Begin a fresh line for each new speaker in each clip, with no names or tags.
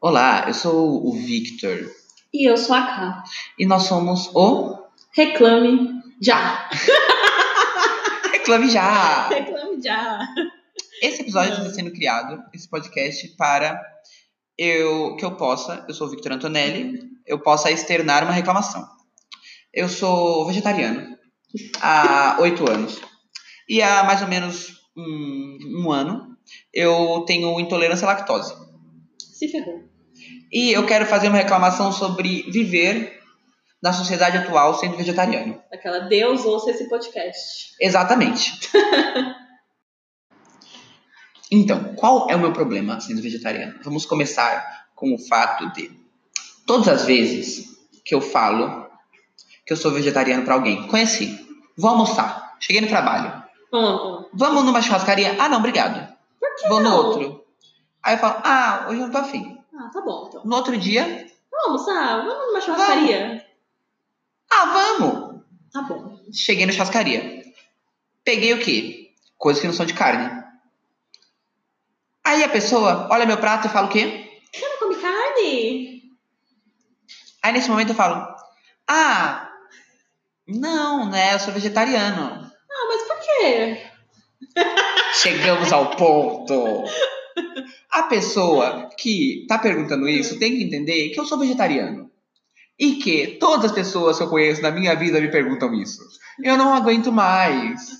Olá, eu sou o Victor
E eu sou a K.
e nós somos o
Reclame já.
Reclame Já!
Reclame já.
Esse episódio está sendo criado, esse podcast, para eu que eu possa, eu sou o Victor Antonelli, eu possa externar uma reclamação. Eu sou vegetariano há oito anos. E há mais ou menos um, um ano eu tenho intolerância à lactose.
Se ferrou.
E eu quero fazer uma reclamação sobre viver na sociedade atual sendo vegetariano.
Aquela Deus ouça esse podcast.
Exatamente. então, qual é o meu problema sendo vegetariano? Vamos começar com o fato de todas as vezes que eu falo que eu sou vegetariano para alguém, conheci, vou almoçar, cheguei no trabalho,
Amo.
vamos numa churrascaria? Ah, não, obrigado.
Por que
vou no
não?
outro. Aí eu falo, ah, hoje eu não tô afim.
Ah, tá bom então.
No outro dia,
Vamos, ah, vamos numa churrascaria?
ah, vamos.
Tá bom.
Cheguei na churrascaria. Peguei o quê? Coisas que não são de carne. Aí a pessoa olha meu prato e fala o quê?
Você não come carne?
Aí nesse momento eu falo: Ah, não, né? Eu sou vegetariano.
Ah, mas por quê?
Chegamos ao ponto. A pessoa que tá perguntando isso tem que entender que eu sou vegetariano. E que todas as pessoas que eu conheço na minha vida me perguntam isso. Eu não aguento mais.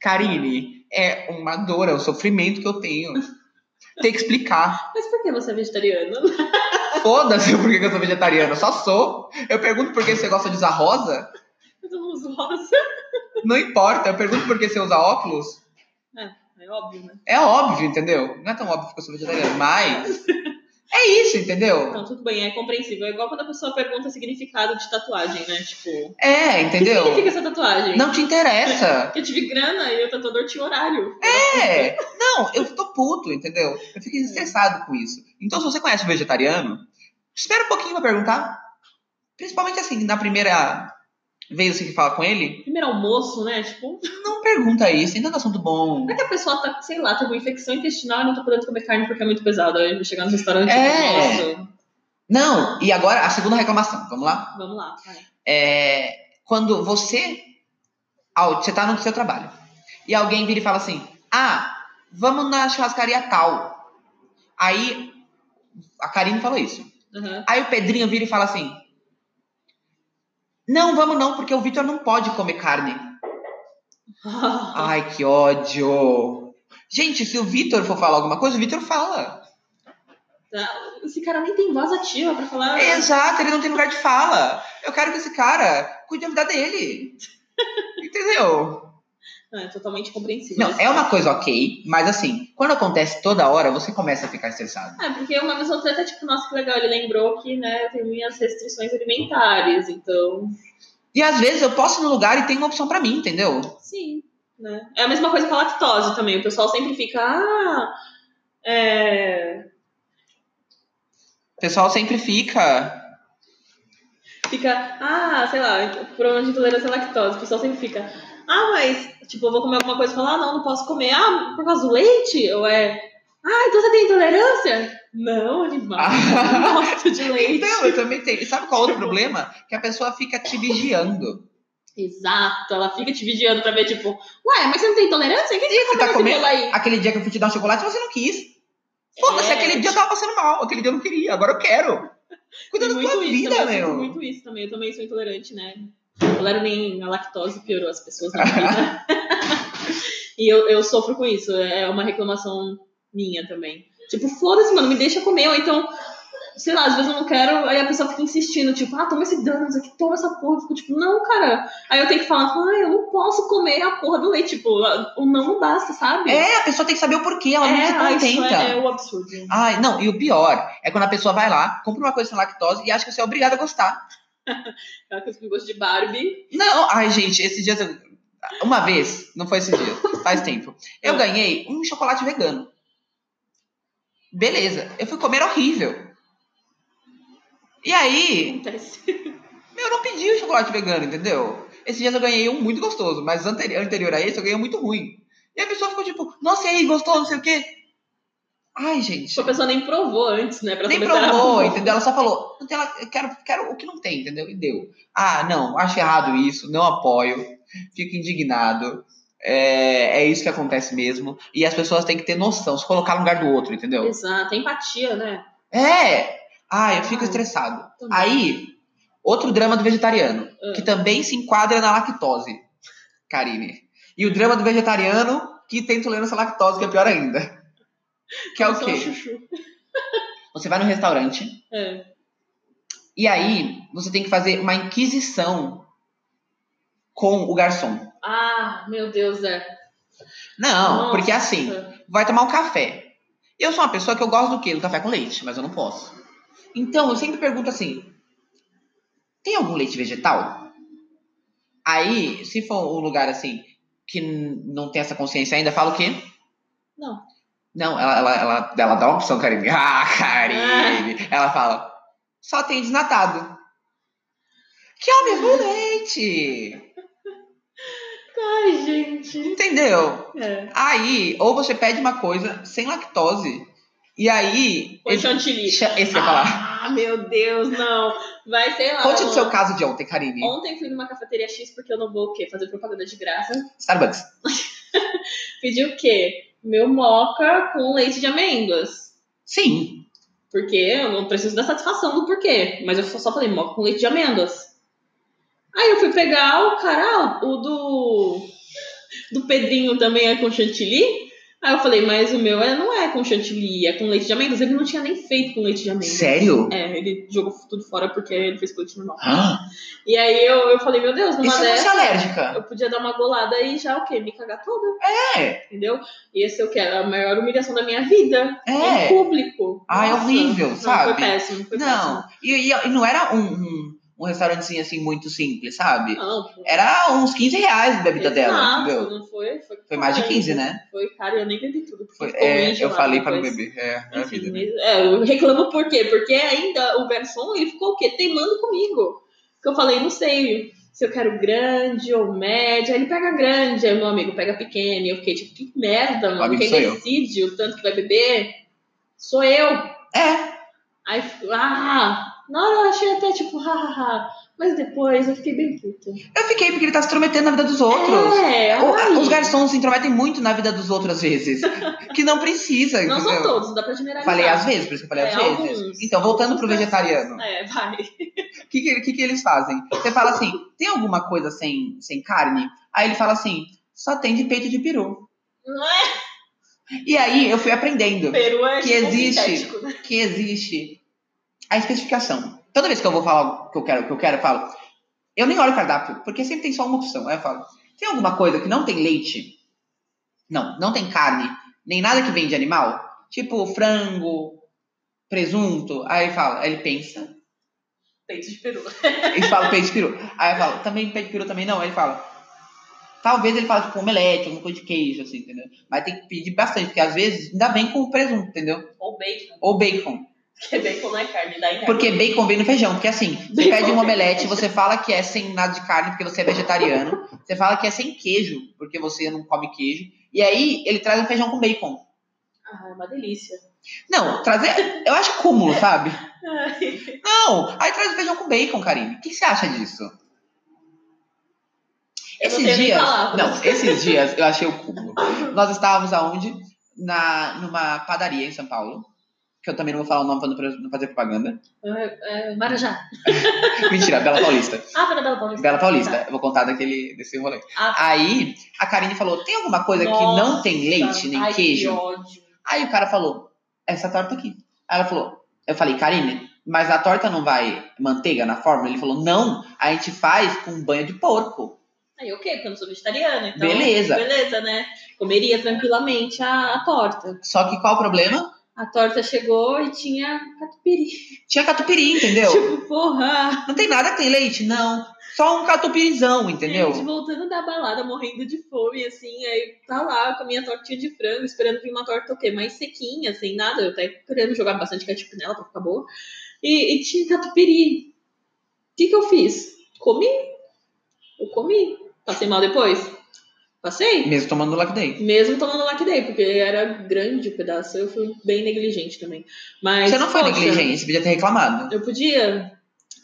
Karine, é uma dor, é um sofrimento que eu tenho. Tem que explicar.
Mas por que você é vegetariano?
Foda-se por que que eu sou vegetariano. Eu só sou. Eu pergunto por que você gosta de usar rosa.
Eu não uso rosa.
Não importa. Eu pergunto por que você usa óculos.
É óbvio, né?
É óbvio, entendeu? Não é tão óbvio que eu sou vegetariano, mas. É isso, entendeu?
Não, tudo bem, é compreensível. É igual quando a pessoa pergunta o significado de tatuagem, né? Tipo,
É,
o que significa
entendeu?
essa tatuagem?
Não te interessa.
Porque eu tive grana e o tatuador tinha horário.
É. Não, eu tô puto, entendeu? Eu fico estressado com isso. Então, se você conhece um vegetariano, espera um pouquinho pra perguntar. Principalmente assim, na primeira vez assim que fala com ele,
Primeiro almoço, né? Tipo,
não pergunta isso, tem tanto assunto bom.
Será que a pessoa tá, sei lá, tá com infecção intestinal e não tá podendo comer carne porque é muito pesado? Aí vai chegar no restaurante
É.
e tipo, nossa,
Não, e agora a segunda reclamação, vamos lá?
vamos lá, vai.
é, quando você ao- você tá no seu trabalho e alguém vira e fala assim ah vamos na churrascaria tal aí a Karine falou isso
Aham.
aí o Pedrinho vira e fala assim não vamos não porque o Vitor não pode comer carne ai que ódio gente se o Vitor for falar alguma coisa o Vitor fala
Esse cara nem tem voz ativa pra falar.
exato ele não tem lugar de fala eu quero que esse cara cuide da vida dele entendeu
É, totalmente compreensível.
Não, é uma coisa ok, mas assim, quando acontece toda hora, você começa a ficar estressado.
É, porque uma vez ou outra até tipo, nossa, que legal, ele lembrou que, né, eu tenho minhas restrições alimentares, então,
E às vezes eu posso ir no lugar e tem uma opção pra mim, entendeu?
sim, né. É a mesma coisa com a lactose também, o pessoal sempre fica, ah, é,
O pessoal sempre fica.
fica, ah, sei lá, problema de intolerância à lactose. O pessoal sempre fica, ah, mas, tipo, eu vou comer alguma coisa e falar, ah, não, não posso comer, ah, por causa do leite? Ou é, ah, então você tem intolerância? Não, animal, eu não gosto de leite.
Então, eu também tenho. E sabe qual é o outro problema? Que a pessoa fica te vigiando.
Exato, ela fica te vigiando pra ver, tipo, ué, mas você não tem intolerância? O que
E você tá
tá comendo
comendo?
esse bolo aí?
Aquele dia que eu fui te dar um chocolate, você não quis. Foda-se,
É,
aquele dia eu tava passando mal, aquele dia eu não queria, agora eu quero. Cuida da
muito
tua
isso
vida,
também, eu
meu.
sinto muito isso também, eu também sou intolerante, né? Não tolero nem a lactose, piorou as pessoas na vida. e eu, eu sofro com isso, é uma reclamação minha também. Tipo, foda-se, mano, me deixa comer, ou então, sei lá, às vezes eu não quero, aí a pessoa fica insistindo, tipo, ah, toma esse dano aqui, toma essa porra, eu fico tipo, não, cara. Aí eu tenho que falar, ah, eu não posso comer a porra do leite, tipo, o não não basta, sabe?
É, a pessoa tem que saber o porquê, ela não se
ah, isso
contenta.
é, é o absurdo.
Ai, não, e o pior é quando a pessoa vai lá, compra uma coisa sem lactose e acha que você é obrigado a gostar.
Aquela coisa com gosto de Barbie.
Não, ai, gente, esses dias eu. Uma vez, não foi esses dias, faz tempo. Eu ganhei um chocolate vegano. Beleza, eu fui comer horrível. E aí,
Acontece.
meu, eu não pedi o chocolate vegano, entendeu? Esses dias eu ganhei um muito gostoso, mas anteri- anterior a esse eu ganhei um muito ruim. E a pessoa ficou tipo, nossa, e aí, gostou, não sei o quê. Ai, gente.
Tipo, a pessoa nem provou antes, né? Pra
Nem
saber se era
provou,
bom.
entendeu? Ela só falou, não tem lá- eu quero, quero o que não tem, entendeu? E deu. Ah, não, acho errado isso, não apoio, fico indignado. É, é isso que acontece mesmo. E as pessoas têm que ter noção, se colocar no lugar do outro, entendeu?
Exato, é empatia, né?
É! Ah, eu fico estressado.
Também.
Aí, outro drama do vegetariano,
Ah.
que também se enquadra na lactose, Karine. E o drama do vegetariano que tem intolerância à lactose, que é pior ainda. Que é o
Só um
quê?
chuchu.
Você vai no restaurante,
É.
E aí, você tem que fazer uma inquisição com o garçom.
Ah, meu Deus, é.
Não,
Nossa.
porque assim, vai tomar um café. Eu sou uma pessoa que eu gosto do quê? Do café com leite, mas eu não posso. Então, eu sempre pergunto assim: tem algum leite vegetal? Aí, se for um lugar assim, que n- não tem essa consciência ainda, fala o quê?
Não.
Não, ela, ela, ela, ela dá uma opção, Karine. Ah, Karine! Ela fala, só tem desnatado. Que é o mesmo leite!
Ai, gente.
Entendeu?
É.
Aí, ou você pede uma coisa sem lactose, e aí...
Põe
esse-
chantilly.
cha- Esse que eu ia falar.
Ah, meu Deus, não. Vai, sei lá.
Conte do
mano.
seu caso de ontem, Karine.
Ontem fui numa cafeteria X porque eu não vou o quê? Fazer propaganda de graça.
Starbucks.
Pedi o quê? Meu moca com leite de amêndoas.
Sim.
Porque eu não preciso da satisfação do porquê. Mas eu só só falei moca com leite de amêndoas. Aí eu fui pegar o cara, o do. Do Pedrinho também é com chantilly. Aí eu falei, mas o meu é- não é com chantilly, é com leite de amêndoas. Ele não tinha nem feito com leite de amêndoas.
Sério?
É, ele jogou tudo fora porque ele fez com leite normal.
Ah,
E aí eu, eu falei, meu Deus,
e
numa
se eu fosse
dessa,
alérgica?
eu podia dar uma golada e já o quê? Me cagar toda.
É.
Entendeu? E esse eu quero, a maior humilhação da minha vida.
É.
Em público.
Ah, é
Nossa.
horrível,
não,
sabe?
Foi péssimo, foi
Não. E, e- e não era um, um, um restaurantezinho assim muito simples, sabe?
péssimo. Não, foi-
Era uns 15 reais da É vida
Exato,
dela, entendeu?
Não foi, foi,
Foi mais de
caro,
15, né?
Foi caro, eu nem bebi tudo. porque
Foi,
ficou
é,
ruim de
eu
lá
falei para o
depois.
bebê. É, é a
Enfim,
vida. né?
mas- é, eu reclamo por quê? Porque ainda o garçom ele ficou o quê? Teimando comigo. Que eu falei, não sei se eu quero grande ou média. Aí ele pega grande, aí meu amigo pega pequeno. E eu fiquei tipo, que merda, mano.
amigo
Quem
sou eu.
decide o tanto que vai beber sou eu.
É,
Aí, ah, na hora eu achei até tipo, hahaha. Mas depois eu fiquei bem puta.
eu fiquei porque ele tá se intrometendo na vida dos outros.
É,
O-
ai.
os garçons se intrometem muito na vida dos outros às vezes. que não precisa,
Não
entendeu?
são todos, dá pra generalizar.
Falei às vezes, por isso que eu falei
É,
às vezes.
alguns.
Então, voltando pro
Alguns garçons.
vegetariano.
É, vai.
O que, que, que que eles fazem? Você fala assim, tem alguma coisa sem, sem carne? Aí ele fala assim, só tem de peito de peru.
é?
E aí eu fui aprendendo
Peru é
Que
tipo
existe.
sintético, né?
que existe a especificação. Toda vez que eu vou falar o que eu quero, o que eu quero, eu falo, eu nem olho o cardápio, porque sempre tem só uma opção. Aí eu falo, tem alguma coisa que não tem leite? Não, não tem carne, nem nada que vem de animal? Tipo frango, presunto. Aí fala, aí ele pensa,
Peito de peru.
Ele fala peito de peru. Aí eu falo, também peito de peru também não. Aí ele fala, talvez ele fale tipo omelete, alguma coisa de queijo, assim, entendeu? Mas tem que pedir bastante, porque às vezes ainda vem com presunto, entendeu?
Ou bacon.
Ou bacon.
Porque bacon não é carne, dá em
Porque bacon vem no feijão. Porque assim, você
Bacon
pede um
vem
omelete, você fala que é sem nada de carne, porque você é vegetariano. Você fala que é sem queijo, porque você não come queijo. E aí ele traz um feijão com bacon.
Ah, é uma delícia.
Não, trazer. Eu acho cúmulo, sabe? Não! Aí traz um feijão com bacon, Karine. O que você acha disso?
Eu não
Esses
tenho nem
dias.
palavras.
Não, esses dias eu achei o cúmulo. Nós estávamos aonde? Na, numa padaria em São Paulo. Que eu também não vou falar o nome pra não pra não fazer propaganda.
É, é, Marajá.
Mentira, Bela Paulista.
Ah, para Bela Paulista.
Bela Paulista. Eu vou contar daquele, desse rolê.
Ah.
Aí a Karine falou: tem alguma coisa que não tem leite nem
Ai,
queijo?
Que ódio.
Aí o cara falou, essa torta aqui. Aí ela falou, eu falei, Karine, mas a torta não vai manteiga na fórmula? Ele falou, não, a gente faz com banho de porco.
Aí, ok, porque eu não sou vegetariana, então.
Beleza.
Beleza, né? Comeria tranquilamente a, a torta.
Só que qual o problema?
A torta chegou e tinha catupiry.
Tinha catupiry, entendeu?
Tipo, porra.
Não tem nada que tem leite, não. Só um catupirizão,
Gente,
entendeu?
voltando da balada, morrendo de fome, assim, aí tá lá com a minha tortinha de frango, esperando vir uma torta o quê? Mais sequinha, sem nada. Eu até querendo jogar bastante ketchup nela pra ficar boa. E, e tinha catupiry. O que que eu fiz? Comi. Eu comi. Passei mal depois? Passei.
Mesmo tomando Lactaid.
Mesmo tomando Lac Day, porque era grande o pedaço, eu fui bem negligente também. Mas,
Você não foi
poxa,
negligente, você podia ter reclamado.
Eu podia.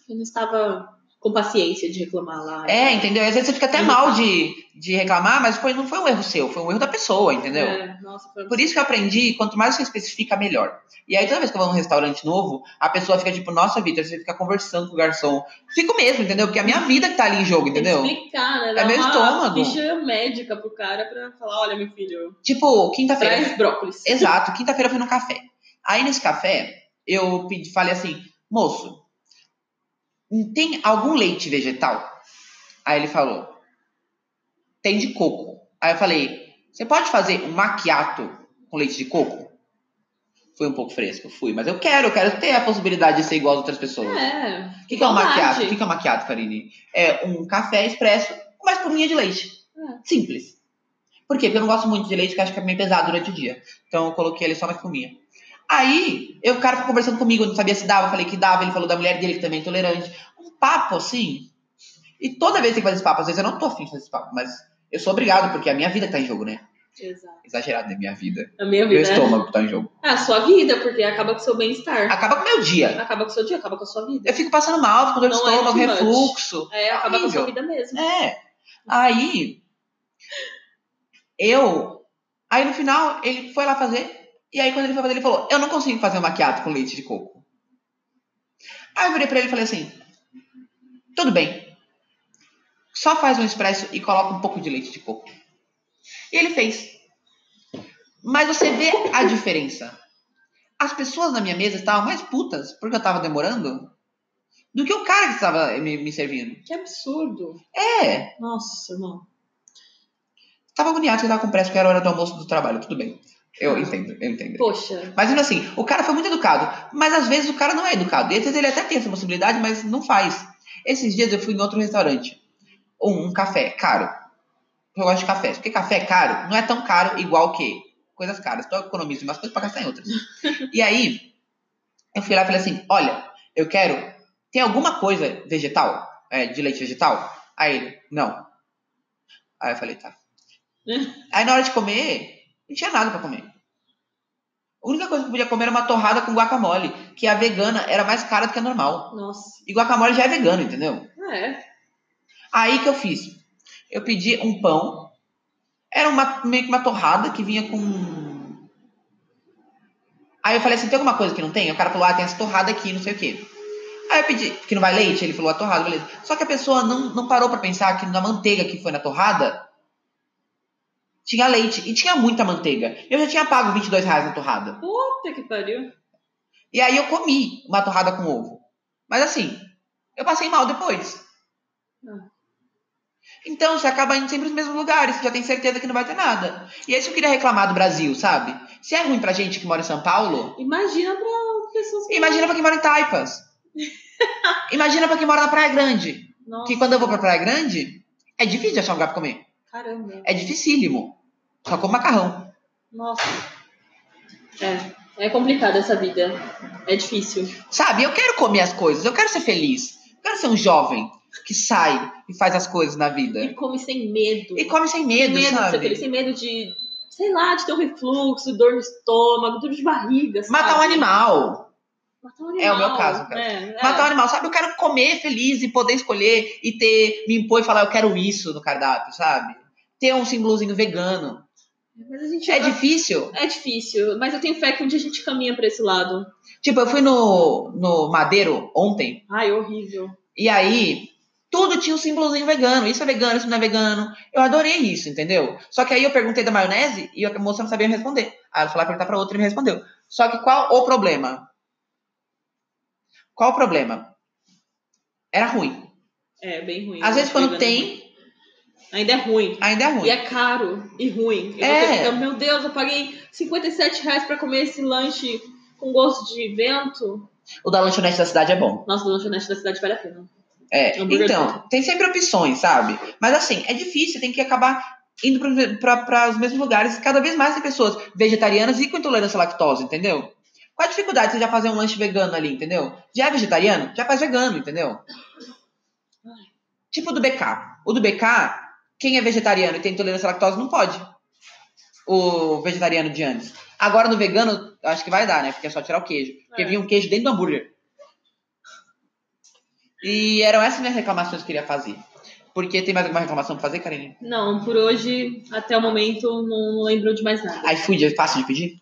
Eu não estava com paciência de reclamar lá.
É, entendeu? Às vezes você fica até
Sim.
mal de, de reclamar, mas foi, não foi um erro seu, foi um erro da pessoa, entendeu?
É, nossa, foi
Por isso que eu aprendi, quanto mais você especifica, melhor. E aí, toda vez que eu vou num restaurante novo, a pessoa fica tipo, nossa, Vitor, você fica conversando com o garçom. Fico mesmo, entendeu? Porque é a
Uhum.
minha vida que tá ali em jogo,
Tem que
entendeu?
explicar, né?
É
Dar
meu
uma
estômago.
ficha médica pro cara pra falar, olha, meu filho,
Tipo, quinta-feira.
traz brócolis.
Exato, quinta-feira eu fui num café. Aí nesse café, eu pedi, falei assim, moço, hum, tem algum leite vegetal? Aí ele falou, tem de coco. Aí eu falei, você pode fazer um maquiato com leite de coco? Fui um pouco fresco, fui, mas eu quero, eu quero ter a possibilidade de ser igual às outras pessoas.
É.
O que, que é um
verdade.
maquiato? O que, que é um maquiato, Karine? É um café expresso com uma espuminha de leite.
Ah.
Simples. Por quê? Porque eu não gosto muito de leite, porque eu acho que é meio pesado durante o dia. Então eu coloquei ele só na espuminha. Aí, eu, o cara ficou conversando comigo, eu não sabia se dava, eu falei que dava, ele falou da mulher dele, que também é intolerante. Um papo assim. E toda vez que tem que fazer esse papo, às vezes eu não tô afim de fazer esse papo, mas eu sou obrigado, porque é a minha vida que tá em jogo, né?
Exato.
Exagerado, né? Minha vida.
A minha
Meu
vida. né?
estômago que tá em jogo.
Ah, sua vida, porque acaba com o seu bem-estar.
Acaba com o meu dia.
Acaba com o seu dia, acaba com a sua vida.
Eu fico passando mal, fico com dor de
Não é
estômago,
too much.
refluxo.
É, acaba com a
horrível.
sua vida mesmo.
É. Aí eu. Aí no final ele foi lá fazer. E aí quando ele foi fazer, ele falou: Eu não consigo fazer um maquiado com leite de coco. Aí eu virei pra ele e falei assim: Tudo bem. Só faz um expresso e coloca um pouco de leite de coco. E ele fez. Mas você vê a diferença. As pessoas na minha mesa estavam mais putas porque eu tava demorando do que o cara que estava me, me servindo.
Que absurdo.
É.
Nossa, não.
Tava agoniado que eu tava com pressa, porque era hora do almoço do trabalho, tudo bem. Eu entendo, eu entendo.
Poxa.
Mas ainda assim, o cara foi muito educado, mas às vezes o cara não é educado. E às vezes ele até tem essa possibilidade, mas não faz. Esses dias eu fui em outro restaurante, um, um café caro. Eu gosto de café, porque café caro não é tão caro igual que coisas caras. Então eu economizo em umas coisas pra gastar em outras. E aí, eu fui lá e falei assim: olha, eu quero. Tem alguma coisa vegetal? É, de leite vegetal? Aí ele, não. Aí eu falei, tá. Aí na hora de comer, não tinha nada pra comer. A única coisa que eu podia comer era uma torrada com guacamole, que a vegana era mais cara do que a normal.
Nossa.
E guacamole já é vegano, entendeu?
É.
Aí que eu fiz? Eu pedi um pão, era uma, meio que uma torrada que vinha com. Aí eu falei assim: tem alguma coisa que não tem? O cara falou: ah, tem essa torrada aqui, não sei o quê. Aí eu pedi, que não vai leite? Ele falou: a torrada, beleza. Só que a pessoa não, não parou pra pensar que na manteiga que foi na torrada tinha leite e tinha muita manteiga. Eu já tinha pago 22 reais na torrada.
Puta que pariu.
E aí eu comi uma torrada com ovo. Mas assim, eu passei mal depois.
Ah.
Então você acaba indo sempre nos mesmos lugares, você já tem certeza que não vai ter nada. E é isso que eu queria reclamar do Brasil, sabe? Se é ruim pra gente que mora em São Paulo,
Imagina pra pessoas que.
imagina pra quem mora em Taipas. imagina pra quem mora na Praia Grande.
Nossa.
Que quando eu vou pra Praia Grande, é difícil de achar um lugar pra comer.
Caramba.
É dificílimo. Só como macarrão.
Nossa. É. É complicada essa vida. É difícil.
Sabe? Eu quero comer as coisas, eu quero ser feliz. Eu quero ser um jovem que sai e faz as coisas na vida.
E come sem medo.
E come sem
sem
medo,
medo de ser
sabe?
feliz, sem medo de, sei lá, de ter um refluxo, dor no estômago, dor de barriga. sabe?
Matar um animal.
Matar um
É o
animal.
meu caso, cara.
É, é.
Matar um animal, sabe? Eu quero comer feliz e poder escolher e ter, me impor e falar, eu quero isso no cardápio, sabe? Ter um símbolozinho vegano.
Mas a gente
É difícil.
É difícil, mas eu tenho fé que um dia a gente caminha pra esse lado.
Tipo, eu fui no, no Madeiro ontem,
Ai, horrível.
e aí tudo tinha um símbolozinho vegano. Isso é vegano, isso não é vegano. Eu adorei isso, entendeu? Só que aí eu perguntei da maionese e a moça não sabia me responder. Aí eu fui lá perguntar pra outra e me respondeu. Só que qual o problema? Qual o problema? Era ruim.
É bem é ruim.
Às vezes quando
Ainda-
tem,
Ainda é ruim.
ainda é
E
ruim.
é caro e ruim. Eu
É.
vou ter que- meu Deus, eu paguei 57 reais pra comer esse lanche com gosto de vento.
O da lanchonete da cidade é bom.
Nossa, o lanchonete da cidade vale a pena.
É.
Hambúrguer
Então, tem sempre opções, sabe? Mas assim, é difícil, tem que acabar indo para os mesmos lugares. Cada vez mais tem pessoas vegetarianas e com intolerância à lactose, entendeu? Qual a dificuldade de você já fazer um lanche vegano ali, entendeu? Já é vegetariano? Já faz vegano, entendeu? Tipo o do BK. O do BK Quem é vegetariano e tem intolerância à lactose não pode. O vegetariano de antes. Agora no vegano, acho que vai dar, né? Porque é só tirar o queijo. Porque
É.
vinha um queijo dentro do hambúrguer. E eram essas minhas reclamações que eu queria fazer. Porque tem mais alguma reclamação pra fazer, Karine?
Não, por hoje, até o momento, não lembro de mais nada.
iFood é fácil de pedir?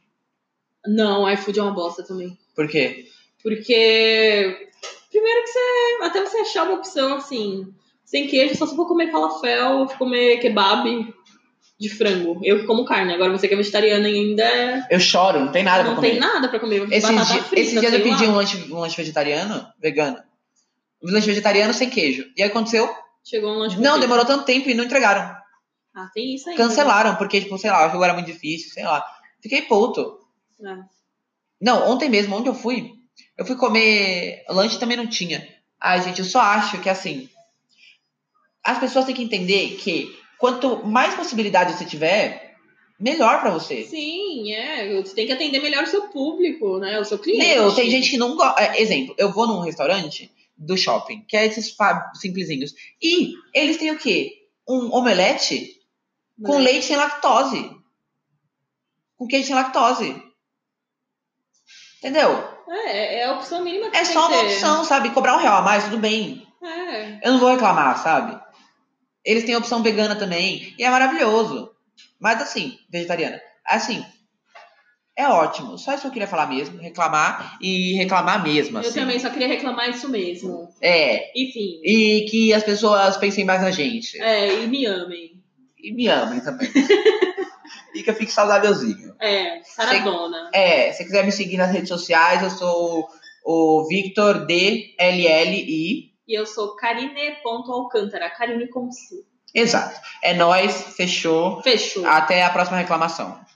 Não, iFood é uma bosta também.
Por quê?
Porque, primeiro que você, até você achar uma opção, assim, sem queijo, só se for comer falafel, comer kebab de frango. Eu que como carne, agora você que é vegetariana e ainda é-
Eu choro, não tem nada
não
pra comer.
tem nada pra comer.
Esses,
batata
dia,
frita,
esses dias eu
sei
pedi
lá.
um lanche, um lanche vegetariano, vegano. Um lanche vegetariano sem queijo. E aí aconteceu?
Chegou um lanche.
Não,
com queijo.
demorou tanto tempo e não entregaram.
Ah, tem isso aí.
Cancelaram, porque, tipo, sei lá, o jogo era muito difícil, sei lá. Fiquei puto.
Ah,
Não, ontem mesmo, onde eu fui, eu fui comer. Lanche também não tinha. Ai, gente, eu só acho que assim. As pessoas têm que entender que quanto mais possibilidade você tiver, melhor pra você.
Sim, é. Você tem que atender melhor o seu público, né? O seu cliente.
Meu, tem gente que não gosta. Exemplo, eu vou num restaurante do shopping, que é esses fa- simplesinhos. E eles têm o quê? Um omelete com
Né?
leite sem lactose. Com queijo sem lactose. Entendeu?
É, é a opção mínima que
É
tem
só
que
uma
ter.
opção, sabe? Cobrar um real a mais, tudo bem.
É.
Eu não vou reclamar, sabe? Eles têm opção vegana também. E é maravilhoso. Mas assim, vegetariana. Assim. É ótimo. Só isso que eu queria falar mesmo. Reclamar e reclamar mesmo.
Eu
Assim.
também só queria reclamar isso mesmo.
É,
Enfim.
e que as pessoas pensem mais na gente.
É, e me amem.
E me amem também. e que eu fique saudávelzinho.
É, saradona.
É, se quiser me seguir nas redes sociais, eu sou o Victor D L L I.
E eu sou Karine.alcântara. Karine com C.
Exato. É nóis, fechou.
Fechou.
Até a próxima reclamação.